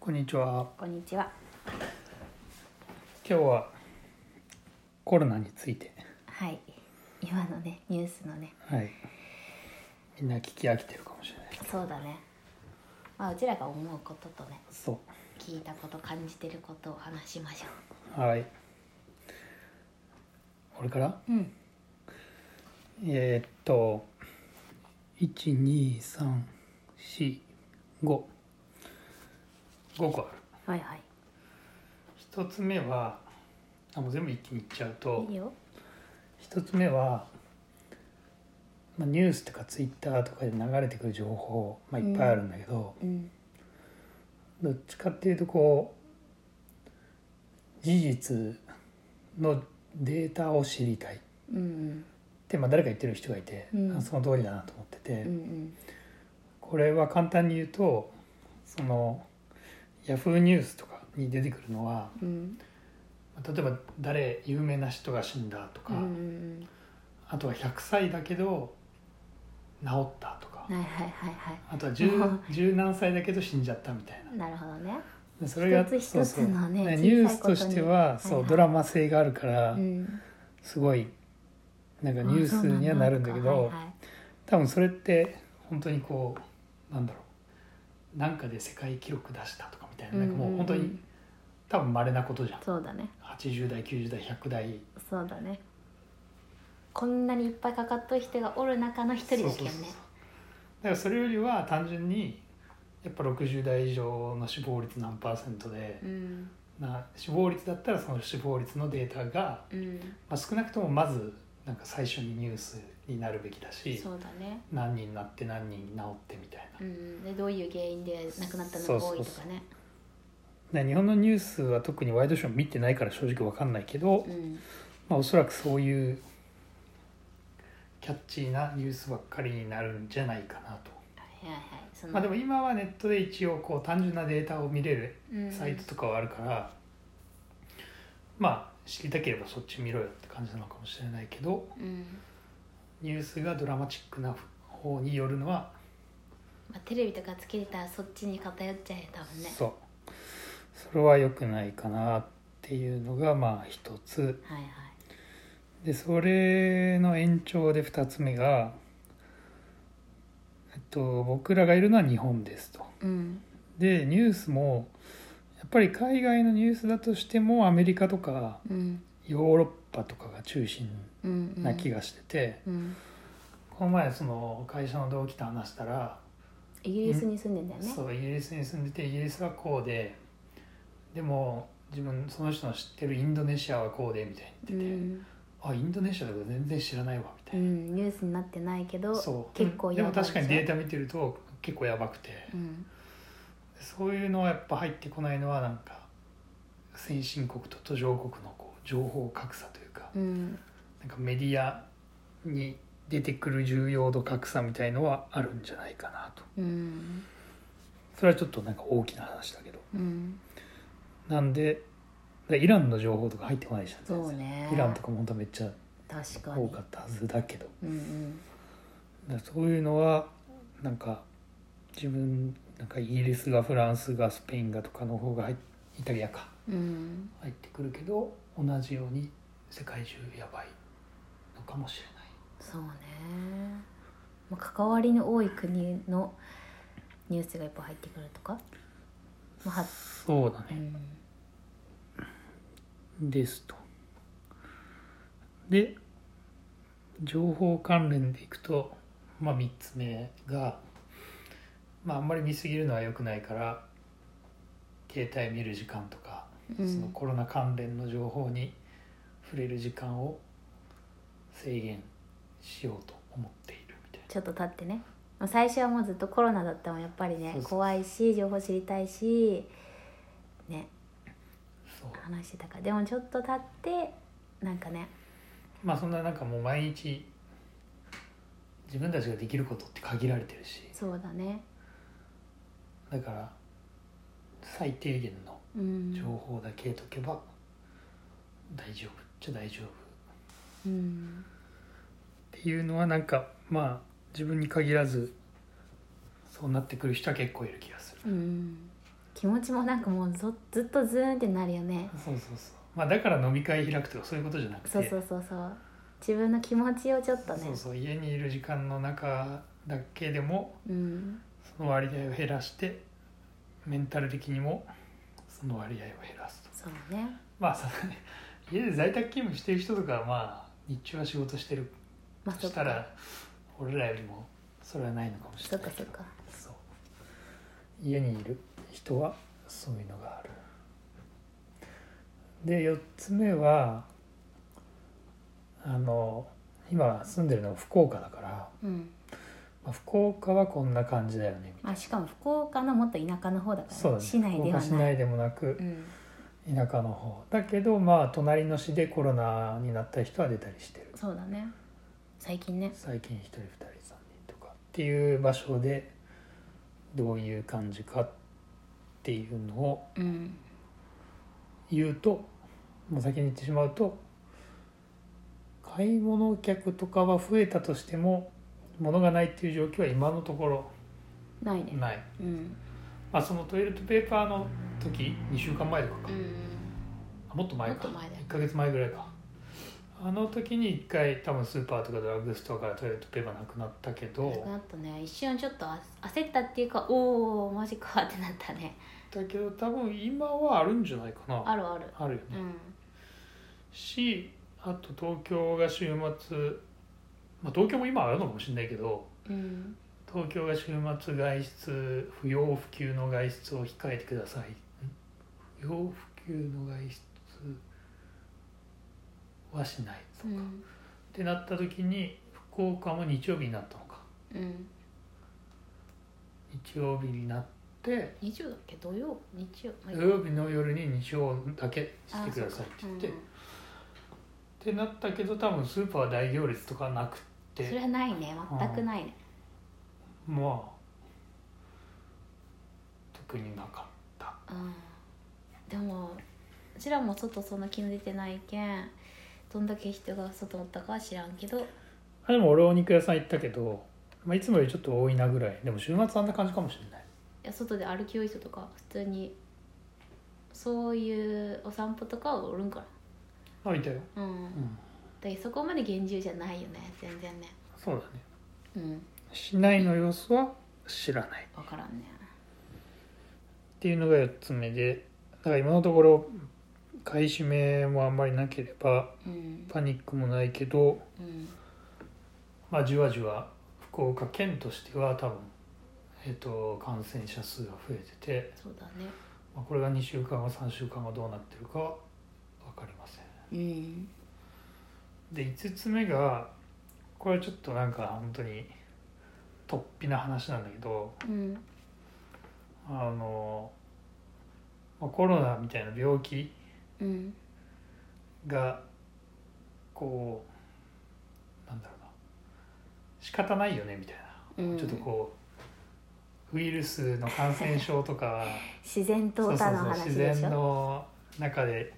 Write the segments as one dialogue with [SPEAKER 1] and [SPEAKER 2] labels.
[SPEAKER 1] こんにちは。
[SPEAKER 2] こんにちは。
[SPEAKER 1] 今日はコロナについて、
[SPEAKER 2] はい。今のね、ニュースのね。
[SPEAKER 1] はい。みんな聞き飽きてるかもしれない。
[SPEAKER 2] そうだね。まあ、うちらが思うこととね、
[SPEAKER 1] そ
[SPEAKER 2] 聞いたこと、感じてることを話しましょ
[SPEAKER 1] う。はい。これから？
[SPEAKER 2] う。うん。
[SPEAKER 1] えーっと、一二三四五五個ある。
[SPEAKER 2] はいはい。
[SPEAKER 1] 一つ目は、あもう全部一気にいっちゃうと
[SPEAKER 2] いい、よ。
[SPEAKER 1] 一つ目は。まあ、ニュースとかツイッターとかで流れてくる情報、まあ、いっぱいあるんだけど、
[SPEAKER 2] うん。
[SPEAKER 1] どっちかっていうとこう事実のデータを知りたいっ
[SPEAKER 2] うん
[SPEAKER 1] て、まあ、誰か言ってる人がいて、
[SPEAKER 2] うん
[SPEAKER 1] あその通りだなと思ってて、
[SPEAKER 2] うん。うん
[SPEAKER 1] これは簡単に言うとそのヤフーニュースとかに出てくるのは
[SPEAKER 2] うん。うん。
[SPEAKER 1] 例えば誰有名な人が死んだと
[SPEAKER 2] う
[SPEAKER 1] か、
[SPEAKER 2] んうん
[SPEAKER 1] あとは100歳だけど治ったとか
[SPEAKER 2] うん。はいはいはいは。
[SPEAKER 1] あとは10十何歳だけど死んじゃったみたいない
[SPEAKER 2] なるほどね。
[SPEAKER 1] でそれが
[SPEAKER 2] 一つ一つの
[SPEAKER 1] そうそう
[SPEAKER 2] ね小さいことに
[SPEAKER 1] ニュースとしてはそう、
[SPEAKER 2] はいはい
[SPEAKER 1] ドラマ性があるから。
[SPEAKER 2] うん。
[SPEAKER 1] すごいなんかニュースにはなるんだけ
[SPEAKER 2] あ
[SPEAKER 1] ど
[SPEAKER 2] そうなんだ
[SPEAKER 1] 多分それって本当にこうなんだろうなんかで世界記録出したとかみたいななんかもう本当
[SPEAKER 2] うんうんう
[SPEAKER 1] に
[SPEAKER 2] ん
[SPEAKER 1] 多分稀なことじゃん
[SPEAKER 2] そうだね。
[SPEAKER 1] 80代90代100代
[SPEAKER 2] そうだね。こんなにいっぱいかかっとい人がおる中の一人だ
[SPEAKER 1] そ
[SPEAKER 2] け
[SPEAKER 1] うそ
[SPEAKER 2] ど
[SPEAKER 1] うそう
[SPEAKER 2] ね
[SPEAKER 1] だ。からそれよりは単純にやっぱ60代以上の死亡率何パーセントで
[SPEAKER 2] う、ん。
[SPEAKER 1] な死亡率だったらその死亡率のデータが、
[SPEAKER 2] うん。
[SPEAKER 1] まあ、少なくともまずなんか最初にニュースになるべきだし
[SPEAKER 2] そうだね。
[SPEAKER 1] 何人になって何人治ってみたいな
[SPEAKER 2] うん、でどういう原因で亡くなったの
[SPEAKER 1] そう
[SPEAKER 2] が
[SPEAKER 1] そう
[SPEAKER 2] 多いと
[SPEAKER 1] そう
[SPEAKER 2] かね
[SPEAKER 1] ね、日本のニュースは特にワイドショー見てないから正直わかんないけど、
[SPEAKER 2] うん
[SPEAKER 1] まあ、おそらくそういうキャッチーなニュースばっかりになるんじゃないかなと、
[SPEAKER 2] はいはいはいその
[SPEAKER 1] まあ、でも今はネットで一応こう単純なデータを見れる
[SPEAKER 2] うん
[SPEAKER 1] サイトとかはあるから、まあ知りたければそっち見ろよって感じなのかもしれないけど
[SPEAKER 2] うん
[SPEAKER 1] ニュースがドラマチックな方によるのは、
[SPEAKER 2] まあ、テレビとかつけてたらそっちに偏っちゃえ多分ね
[SPEAKER 1] そうそれは良くないかなっていうのがまあ一つ。
[SPEAKER 2] はいはい
[SPEAKER 1] でそれの延長で2つ目が、えっと、僕らがいるのは日本ですと。
[SPEAKER 2] うん
[SPEAKER 1] でニュースもやっぱり海外のニュースだとしてもアメリカとか
[SPEAKER 2] うん
[SPEAKER 1] ヨーロッパとかが中心
[SPEAKER 2] うんうん
[SPEAKER 1] な気がしてて、
[SPEAKER 2] うん
[SPEAKER 1] この前その会社の同期と話したら、
[SPEAKER 2] イギリスに住んでんだよね
[SPEAKER 1] そうイギリスに住んでてイギリスはこうででも自分その人の知ってるインドネシアはこうでみたいに言ってて、
[SPEAKER 2] ん、
[SPEAKER 1] あインドネシアだと全然知らないわみたいな
[SPEAKER 2] う。ん、ニュースになってないけど
[SPEAKER 1] そう
[SPEAKER 2] 結構
[SPEAKER 1] でも
[SPEAKER 2] ばい
[SPEAKER 1] 確かに
[SPEAKER 2] でしょ
[SPEAKER 1] データ見てると結構やばくて、
[SPEAKER 2] うん
[SPEAKER 1] そういうのはやっぱ入ってこないのはなんか先進国と途上国のこう情報格差というか,、
[SPEAKER 2] うん
[SPEAKER 1] なんかメディアに出てくる重要度格差みたいのはあるんじゃないかなと
[SPEAKER 2] うん
[SPEAKER 1] それはちょっとなんか大きな話だけど
[SPEAKER 2] うん
[SPEAKER 1] なんでだイランの情報とか入ってこないじゃん
[SPEAKER 2] そうね
[SPEAKER 1] イランとかも本当はめっちゃ
[SPEAKER 2] 確かに
[SPEAKER 1] 多かったはずだけど
[SPEAKER 2] うんうん
[SPEAKER 1] だからそういうのはなんか自分なんかイギリスがフランスがスペインがとかの方が入っイタリアか
[SPEAKER 2] うん
[SPEAKER 1] 入ってくるけど同じように世界中やばいのかもしれない
[SPEAKER 2] そうね、まあ、関わりの多い国のニュースがいっぱい入ってくるとか、まあは
[SPEAKER 1] そうだ
[SPEAKER 2] う
[SPEAKER 1] ね、
[SPEAKER 2] ん、
[SPEAKER 1] ですとで情報関連でいくと、まあ、3つ目が、まあ、あんまり見すぎるのは良くないから携帯見る時間とか
[SPEAKER 2] うん
[SPEAKER 1] そのコロナ関連の情報に触れる時間を制限しようと思っているみたい
[SPEAKER 2] ちょっと経ってねまあ最初はもうずっとコロナだったもんやっぱりね
[SPEAKER 1] そうそう
[SPEAKER 2] 怖いし情報知りたいしね
[SPEAKER 1] なそう
[SPEAKER 2] 話してたからでもちょっと経ってなんかね
[SPEAKER 1] まあそんななんかもう毎日自分たちができることって限られてるし
[SPEAKER 2] そうだね
[SPEAKER 1] だから最低限の
[SPEAKER 2] うん
[SPEAKER 1] 情報だけ解けば大丈夫っちゃ大丈夫
[SPEAKER 2] うん
[SPEAKER 1] っていうのはなんかまあ自分に限らずそうなってくる人は結構いる気がする
[SPEAKER 2] うん気気持ちもなんかもうぞずっとズーンってなるよね
[SPEAKER 1] そうそうそうまあだから飲み会開くとかそういうことじゃなくて
[SPEAKER 2] そうそうそうそう自分の気持ちをちょっとね
[SPEAKER 1] そうそう家にいる時間の中だけでも
[SPEAKER 2] うん
[SPEAKER 1] その割合を減らしてメンタル的にもその割合を減らすと
[SPEAKER 2] そうね
[SPEAKER 1] まあさ家で在宅勤務してる人とかはまあ日中は仕事してる
[SPEAKER 2] まあ
[SPEAKER 1] と
[SPEAKER 2] そっ
[SPEAKER 1] した
[SPEAKER 2] から
[SPEAKER 1] 俺らよりもそれはないのかもし
[SPEAKER 2] そ
[SPEAKER 1] れ
[SPEAKER 2] っ
[SPEAKER 1] ない
[SPEAKER 2] か
[SPEAKER 1] け
[SPEAKER 2] そっ
[SPEAKER 1] ど
[SPEAKER 2] か
[SPEAKER 1] そう家にいる人はそういうのがあるで4つ目はあの今住んでるのが福岡だから、
[SPEAKER 2] うん
[SPEAKER 1] まあ、福岡はこんな感じだよねみたいな
[SPEAKER 2] まあしかも福岡のもっと田舎の方だからね、
[SPEAKER 1] そうだね
[SPEAKER 2] 市内では
[SPEAKER 1] 福岡市
[SPEAKER 2] ない
[SPEAKER 1] 内でもなく
[SPEAKER 2] うん
[SPEAKER 1] 田舎の方だけどまあ隣の市でコロナになった人は出たりしてる
[SPEAKER 2] そうだね最近ね
[SPEAKER 1] 最近1人2人3人とかっていう場所でどういう感じかっていうのを
[SPEAKER 2] うん
[SPEAKER 1] 言うともう先に言ってしまうと買い物客とかは増えたとしても物がないっていう状況は今のところ
[SPEAKER 2] ないね
[SPEAKER 1] ない、
[SPEAKER 2] うん
[SPEAKER 1] まあ、そのトイレットペーパーの時2週間前とかか、
[SPEAKER 2] うん
[SPEAKER 1] あもっと前
[SPEAKER 2] もっ
[SPEAKER 1] か
[SPEAKER 2] と前だよ
[SPEAKER 1] 1ヶ月前ぐらいかあの時に1回多分スーパーとかドラッグストアからトイレットペーパーなくなったけ
[SPEAKER 2] な
[SPEAKER 1] ど
[SPEAKER 2] くなったね一瞬ちょっとあ焦ったっていうかおおマジかってなったね
[SPEAKER 1] だけど多分今はあるんじゃないかな
[SPEAKER 2] あるある
[SPEAKER 1] あるよ
[SPEAKER 2] う
[SPEAKER 1] ね、
[SPEAKER 2] ん
[SPEAKER 1] しあと東京が週末、まあ、東京も今はあるのかもしれないけど
[SPEAKER 2] うん
[SPEAKER 1] 東京が週末外出不要不急の外出を控えてくださいん不要不急の外出はしないと
[SPEAKER 2] う
[SPEAKER 1] か、っ
[SPEAKER 2] ん
[SPEAKER 1] てなった時に福岡も日曜日になったのか
[SPEAKER 2] うん
[SPEAKER 1] 日曜日になって
[SPEAKER 2] 日曜だっけ土曜日曜まあ
[SPEAKER 1] 土曜日の夜に日曜だけしてくださいって
[SPEAKER 2] う
[SPEAKER 1] 言
[SPEAKER 2] ん
[SPEAKER 1] って、ってなったけど多分スーパーは大行列とかなく
[SPEAKER 2] それ
[SPEAKER 1] て
[SPEAKER 2] はないね全くないね
[SPEAKER 1] まあ特になかった
[SPEAKER 2] うんでもうちらも外そんな気の出てないけんどんだけ人が外おったかは知らんけど
[SPEAKER 1] あでも俺お肉屋さん行ったけど、まあ、いつもよりちょっと多いなぐらいでも週末あんな感じかもしれない
[SPEAKER 2] いや外で歩きよい人とか普通にそういうお散歩とかはおるんか
[SPEAKER 1] あいたよ、
[SPEAKER 2] らうん、
[SPEAKER 1] うん、
[SPEAKER 2] でそこまで厳重じゃないよね全然ね
[SPEAKER 1] そうだね
[SPEAKER 2] うん
[SPEAKER 1] 市内の様子は知らない
[SPEAKER 2] 分からんね
[SPEAKER 1] っていうのが4つ目でだから今のところ買い占めもあんまりなければ
[SPEAKER 2] うん
[SPEAKER 1] パニックもないけど
[SPEAKER 2] うん
[SPEAKER 1] まあ、じわじわ福岡県としては多分、えっと感染者数が増えてて、
[SPEAKER 2] そうだね
[SPEAKER 1] まあ、これが2週間後3週間後どうなってるかは分かりません
[SPEAKER 2] うん
[SPEAKER 1] で5つ目がこれはちょっとなんか本当に突飛な話なんだけど
[SPEAKER 2] うん
[SPEAKER 1] あの、まあ、コロナみたいな病気
[SPEAKER 2] うん
[SPEAKER 1] がこうなんだろうな仕方ないよねみたいな
[SPEAKER 2] うん
[SPEAKER 1] ちょっとこうウイルスの感染症と か
[SPEAKER 2] 自然淘汰の話
[SPEAKER 1] 自
[SPEAKER 2] でし
[SPEAKER 1] 然
[SPEAKER 2] ょ
[SPEAKER 1] の中で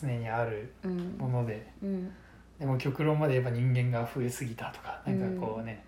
[SPEAKER 1] 常にある
[SPEAKER 2] うん
[SPEAKER 1] もので
[SPEAKER 2] うん
[SPEAKER 1] でも極論まで言えば人間が増えすぎたとかなんかこうね、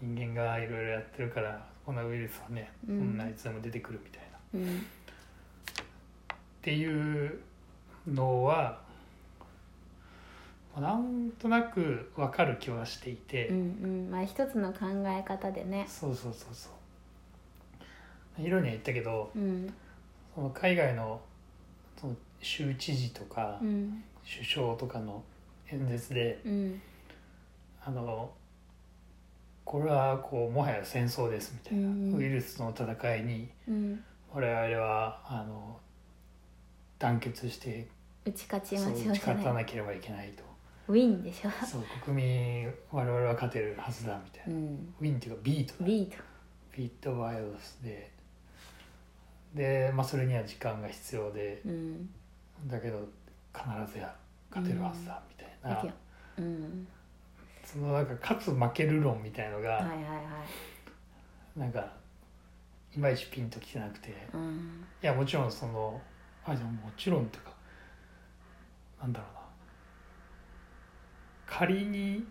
[SPEAKER 1] 人間がいろいろやってるからこのウイルスはね
[SPEAKER 2] う
[SPEAKER 1] こ
[SPEAKER 2] ん
[SPEAKER 1] んないつでも出てくるみたいな、っ
[SPEAKER 2] うん
[SPEAKER 1] ていうのはまあなんとなくわかる気はしていて。
[SPEAKER 2] うんうんまあ一つの考え方でね
[SPEAKER 1] そうそうそうそう色には言ったけど
[SPEAKER 2] うん
[SPEAKER 1] その海外のその州知事とか
[SPEAKER 2] うん
[SPEAKER 1] 首相とかの演説で、
[SPEAKER 2] うん
[SPEAKER 1] あのこれはこうもはや戦争ですみたいな、
[SPEAKER 2] うん
[SPEAKER 1] ウイルスとの戦いに
[SPEAKER 2] うん
[SPEAKER 1] 我々はあの団結して
[SPEAKER 2] 打ち勝ち
[SPEAKER 1] そ
[SPEAKER 2] ま
[SPEAKER 1] う
[SPEAKER 2] しょ
[SPEAKER 1] 打
[SPEAKER 2] う
[SPEAKER 1] ち
[SPEAKER 2] じゃ
[SPEAKER 1] 勝た
[SPEAKER 2] な
[SPEAKER 1] な
[SPEAKER 2] い
[SPEAKER 1] ければいけない と
[SPEAKER 2] ウィンでしょ
[SPEAKER 1] そう国民我々は勝てるはずだみたいうな、
[SPEAKER 2] ん
[SPEAKER 1] ウィンっていうかビートだ
[SPEAKER 2] ビート
[SPEAKER 1] フィットワイヤレスでで、まあ、それには時間が必要で
[SPEAKER 2] うん
[SPEAKER 1] だけど必ずや勝てるはずだみたい
[SPEAKER 2] だ
[SPEAKER 1] な、
[SPEAKER 2] けどうん
[SPEAKER 1] そのなんか勝つ負ける論みたいのが、
[SPEAKER 2] はいはいはい
[SPEAKER 1] なんかいまいちピンときてなくてい
[SPEAKER 2] うん
[SPEAKER 1] やもちろんそのあでももちろんとかなんだろうな仮に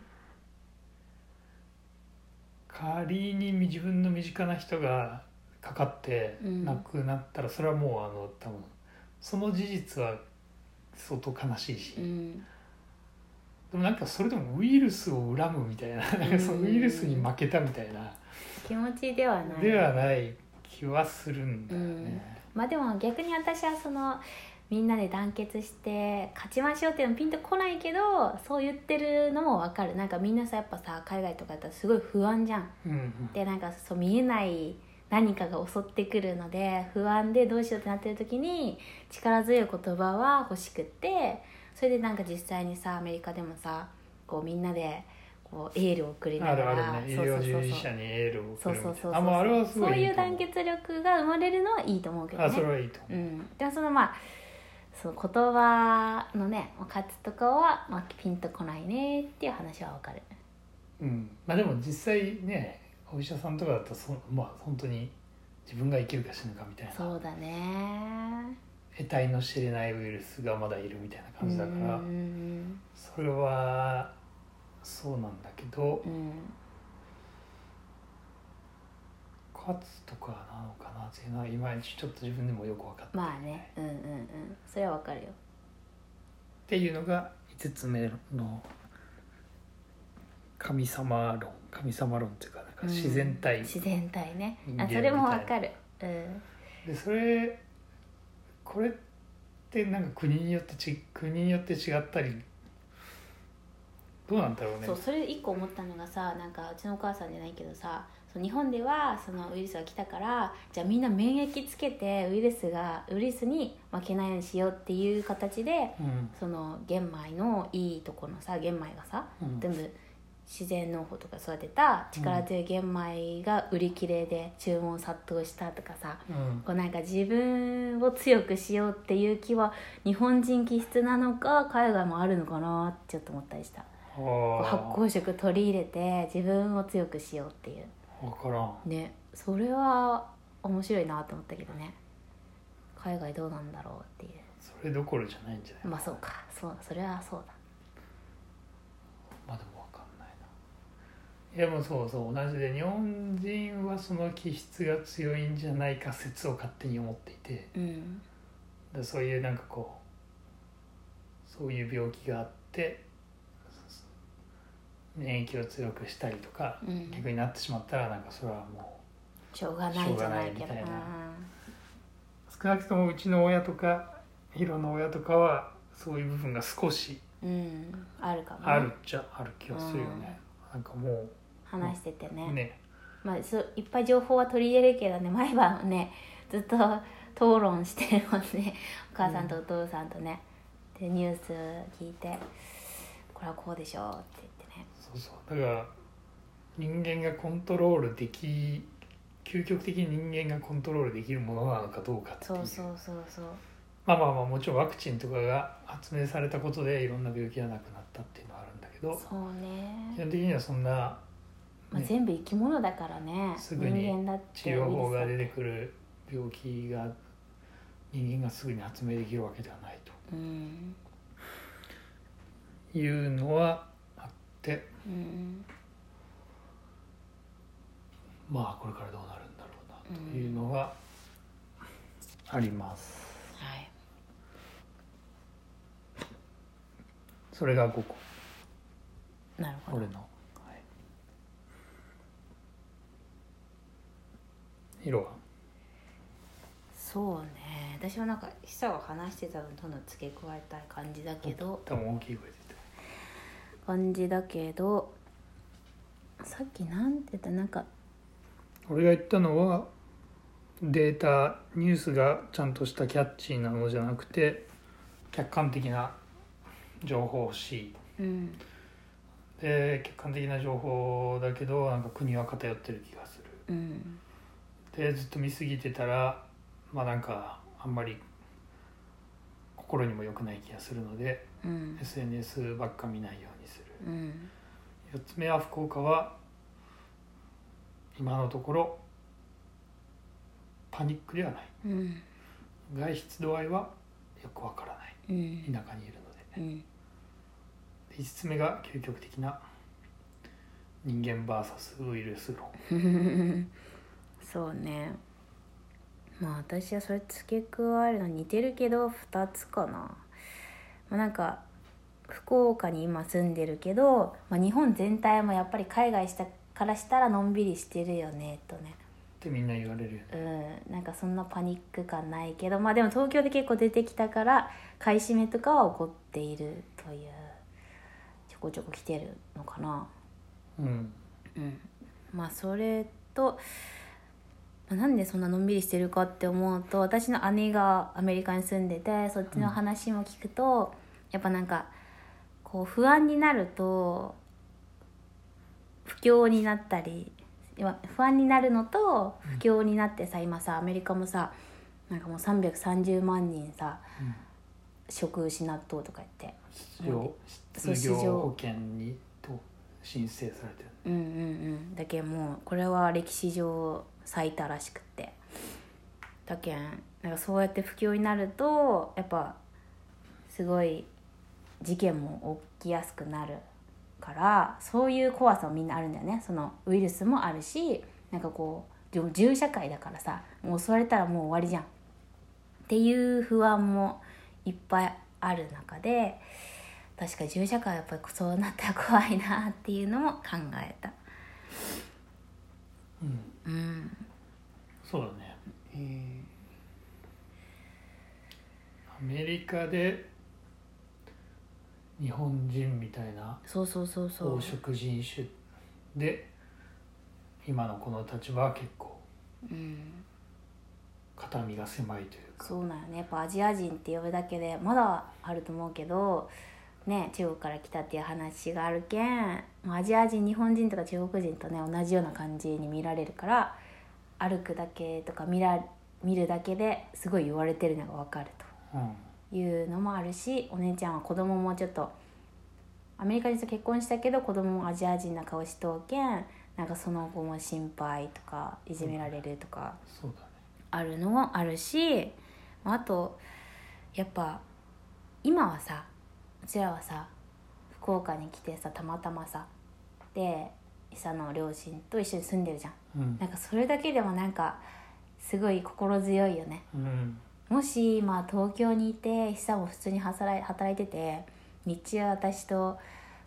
[SPEAKER 1] 仮に自分の身近な人がかかって
[SPEAKER 2] うん
[SPEAKER 1] 亡くなったら、それはもうあの多分その事実は相当悲しいし、
[SPEAKER 2] うん
[SPEAKER 1] でもなんかそれでもウイルスを恨むみたいななんかそのウイルスに負けたみたいな、
[SPEAKER 2] 気持ちではない
[SPEAKER 1] ではない気はするんだよね。
[SPEAKER 2] まあでも逆に私はそのみんなで団結して勝ちましょうっていうのピンとこないけどそう言ってるのもわかるなんかみんなさやっぱさ海外とかだったらすごい不安じゃん
[SPEAKER 1] うん
[SPEAKER 2] でなんかそう見えない何かが襲ってくるので不安でどうしようってなってる時に力強い言葉は欲しくってそれでなんか実際にさアメリカでもさこうみんなでこうエールを送り
[SPEAKER 1] うん
[SPEAKER 2] な
[SPEAKER 1] あ
[SPEAKER 2] が
[SPEAKER 1] る
[SPEAKER 2] ら
[SPEAKER 1] あるね医
[SPEAKER 2] そうそう
[SPEAKER 1] 療
[SPEAKER 2] そう
[SPEAKER 1] 従事
[SPEAKER 2] そう
[SPEAKER 1] 者にエールを送
[SPEAKER 2] そう
[SPEAKER 1] るみ
[SPEAKER 2] そう
[SPEAKER 1] た
[SPEAKER 2] そ
[SPEAKER 1] いうなあもうあれはすごい
[SPEAKER 2] そういう
[SPEAKER 1] と思
[SPEAKER 2] 団結力が生まれるのはいいと思うけどね
[SPEAKER 1] あそれはいいと思
[SPEAKER 2] うん、でもそのまあその言葉のね価値とかは、まあ、ピンとこないねっていう話はわかる
[SPEAKER 1] う、うんまあ、でも実際ねお医者さんとかだとそまあ本当に自分が生きるか死ぬかみたい
[SPEAKER 2] そ
[SPEAKER 1] な
[SPEAKER 2] うだね
[SPEAKER 1] 得体の知れないウイルスがまだいるみたいな感じだから、
[SPEAKER 2] うん
[SPEAKER 1] それはそうなんだけど
[SPEAKER 2] うん
[SPEAKER 1] 勝つとかなのかなっていうのはいまいちちょっと自分でもよく分かってない
[SPEAKER 2] まあねうんうんうんそれはわかるよ
[SPEAKER 1] っていうのが5つ目の神様論神様論っていうかなんか自然体、
[SPEAKER 2] うん自然体ね
[SPEAKER 1] 人間
[SPEAKER 2] あ
[SPEAKER 1] みた
[SPEAKER 2] そ
[SPEAKER 1] いな
[SPEAKER 2] れもわかるうん
[SPEAKER 1] でそれこれってなんか国によってち国によって違ったりどうなんだろうね
[SPEAKER 2] そうそれ一個思ったのがさなんかうちのお母さんじゃないけどさそう日本ではそのウイルスが来たからじゃあみんな免疫つけてウイルスがウイルスに負けないようにしようっていう形で
[SPEAKER 1] うん
[SPEAKER 2] その玄米のいいとこのさ玄米がさ
[SPEAKER 1] うん
[SPEAKER 2] 全部自然農法とか育てた力強い玄米が売り切れで注文殺到したとかさ
[SPEAKER 1] うん
[SPEAKER 2] こうなんか自分を強くしようっていう気は日本人気質なのか海外もあるのかなってちょっと思ったりした
[SPEAKER 1] あ
[SPEAKER 2] こう
[SPEAKER 1] ー
[SPEAKER 2] 発酵食取り入れて自分を強くしようっていう
[SPEAKER 1] わからん
[SPEAKER 2] ねそれは面白いなと思ったけどね海外どうなんだろうってい
[SPEAKER 1] それどころじゃないんじゃないう
[SPEAKER 2] まあそうかそうそれはそうだ
[SPEAKER 1] まあでもわかんないないやもうそうそう同じで日本人はその気質が強いんじゃないか説を勝手に思っていて
[SPEAKER 2] うん
[SPEAKER 1] でそういうなんかこうそういう病気があって免疫を強くしたりとか
[SPEAKER 2] うん
[SPEAKER 1] 逆になってしまったらなんかそれはも
[SPEAKER 2] しょうがないじゃない
[SPEAKER 1] し
[SPEAKER 2] け
[SPEAKER 1] ょうが
[SPEAKER 2] ど
[SPEAKER 1] ないみたいなう少なくともうちの親とかヒロの親とかはそういう部分が少し
[SPEAKER 2] うん、うん、あるかもね、
[SPEAKER 1] あるっちゃある気がするよね、なんかも
[SPEAKER 2] 話しててね
[SPEAKER 1] うね
[SPEAKER 2] まあ、そういっぱい情報は取り入れるけどね毎晩ねずっと討論してるもんねお母さんとお父さんとね、でニュース聞いて「これはこうでしょ」って
[SPEAKER 1] そうそうだから人間がコントロールでき究極的に人間がコントロールできるものなのかどうかってい
[SPEAKER 2] 言ってねそうそうそうそう
[SPEAKER 1] まあまあまあもちろんワクチンとかが発明されたことでいろんな病気がなくなったっていうのはあるんだけど
[SPEAKER 2] そう
[SPEAKER 1] 基
[SPEAKER 2] ね、
[SPEAKER 1] 本的にはそんな、
[SPEAKER 2] まあ、
[SPEAKER 1] ね
[SPEAKER 2] 全部生き物だからね
[SPEAKER 1] すぐに
[SPEAKER 2] 人間だって
[SPEAKER 1] 治療法が
[SPEAKER 2] ウイ
[SPEAKER 1] 出
[SPEAKER 2] ル
[SPEAKER 1] てくる病気が人間がすぐに発明できるわけではない
[SPEAKER 2] スだうん、
[SPEAKER 1] というのはあって
[SPEAKER 2] うん、
[SPEAKER 1] まあこれからどうなるんだろうな
[SPEAKER 2] うん
[SPEAKER 1] というのはあります。
[SPEAKER 2] はい
[SPEAKER 1] それが5個
[SPEAKER 2] なるほ
[SPEAKER 1] 俺
[SPEAKER 2] ど
[SPEAKER 1] の、はい、色は
[SPEAKER 2] そうね私はなんか久が話してたのとどんどん付け加えたい感じだけど
[SPEAKER 1] 多分大きい声で
[SPEAKER 2] 感じだけどさっきなんて言ったなんか
[SPEAKER 1] 俺が言ったのはデータニュースがちゃんとしたキャッチーなのじゃなくて客観的な情報欲しい
[SPEAKER 2] うん
[SPEAKER 1] で客観的な情報だけどなんか国は偏ってる気がする
[SPEAKER 2] うん
[SPEAKER 1] でずっと見過ぎてたらまあなんかあんまり心にも良くない気がするので
[SPEAKER 2] うん
[SPEAKER 1] SNS ばっか見ないようにする
[SPEAKER 2] うん
[SPEAKER 1] 4つ目は福岡は今のところパニックではない
[SPEAKER 2] うん
[SPEAKER 1] 外出度合いはよくわからない
[SPEAKER 2] うん
[SPEAKER 1] 田舎にいるので
[SPEAKER 2] うん
[SPEAKER 1] 5つ目が究極的な人間 VS ウイルス論
[SPEAKER 2] そうねまあ私はそれ付け加えるの似てるけど2つかな、まあ、なんか福岡に今住んでるけど、まあ、日本全体もやっぱり海外したからしたらのんびりしてるよねとね
[SPEAKER 1] てみんな言われるよね
[SPEAKER 2] うんなんかそんなパニック感ないけどまあでも東京で結構出てきたから買い占めとかは起こっているというちょこちょこ来てるのかな
[SPEAKER 1] うん
[SPEAKER 2] うん、まあそれと、まあなんでそんなのんびりしてるかって思うと私の姉がアメリカに住んでてそっちの話も聞くと、やっぱなんかこう不安になると不況になったり今不安になるのと不況になってさ今さアメリカもさなんかもう330万人さ
[SPEAKER 1] うん
[SPEAKER 2] 職失っとうとか言って。
[SPEAKER 1] 失業
[SPEAKER 2] そう
[SPEAKER 1] 失業
[SPEAKER 2] 失業
[SPEAKER 1] 保険にと申請されてる
[SPEAKER 2] うんうんうんだけんもうこれは歴史上最多らしくってだけんなんかそうやって不況になるとやっぱすごい事件も起きやすくなるからそういう怖さもみんなあるんだよねそのウイルスもあるしなんかこうでも銃社会だからさもう襲われたらもう終わりじゃんっていう不安もいっぱいある中で確かに銃社会はやっぱりそうなったら怖いなっていうのも考えた
[SPEAKER 1] うん
[SPEAKER 2] うん
[SPEAKER 1] そうだね
[SPEAKER 2] うん
[SPEAKER 1] アメリカで日本人みたいな
[SPEAKER 2] そうそうそうそう
[SPEAKER 1] 黄色人種で今のこの立場は結構
[SPEAKER 2] うん、
[SPEAKER 1] 肩身が狭いというか
[SPEAKER 2] そうなんよねやっぱアジア人って呼ぶだけでまだあると思うけどね中国から来たっていう話があるけんもうアジア人日本人とか中国人とね同じような感じに見られるから歩くだけとか見ら見るだけですごい言われてるのが分かると。
[SPEAKER 1] うん
[SPEAKER 2] いうのもあるしお姉ちゃんは子供もちょっとアメリカ人と結婚したけど子供もアジア人な顔しとうけんなんかその後も心配とかいじめられるとか
[SPEAKER 1] そうだね
[SPEAKER 2] あるのもあるしあとやっぱ今はさうちらはさ福岡に来てさたまたまさで伊佐の両親と一緒に住んでるじゃん
[SPEAKER 1] うん
[SPEAKER 2] なんかそれだけでもなんかすごい心強いよね
[SPEAKER 1] うん
[SPEAKER 2] もし今東京にいて久も普通に働い働いてて日中私と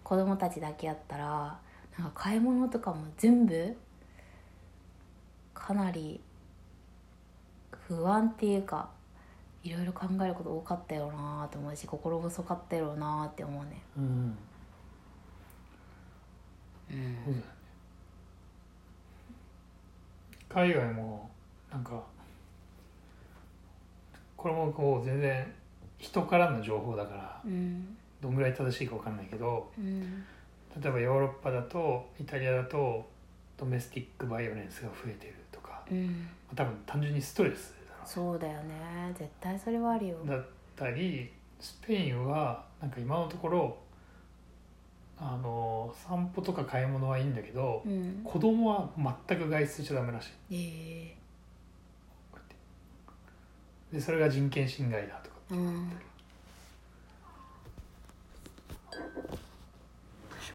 [SPEAKER 2] 子供たちだけやったらなんか買い物とかも全部かなり不安っていうかいろいろ考えること多かったよなと思うし心細かったよなって思うね。
[SPEAKER 1] うんそうだね海外もなんかこれもこう全然人からの情報だから
[SPEAKER 2] うん
[SPEAKER 1] どんぐらい正しいかわかんないけど
[SPEAKER 2] うん
[SPEAKER 1] 例えばヨーロッパだとイタリアだとドメスティックバイオレンスが増えてるとか
[SPEAKER 2] うん、
[SPEAKER 1] 多分単純にストレスだろう
[SPEAKER 2] そうだよね絶対それはあるよ。
[SPEAKER 1] だったりスペインはなんか今のところあの散歩とか買い物はいいんだけど、
[SPEAKER 2] うん、
[SPEAKER 1] 子供は全く外出しちゃダメらしい
[SPEAKER 2] ええ
[SPEAKER 1] こうやってでそれが人権侵害だとか
[SPEAKER 2] うん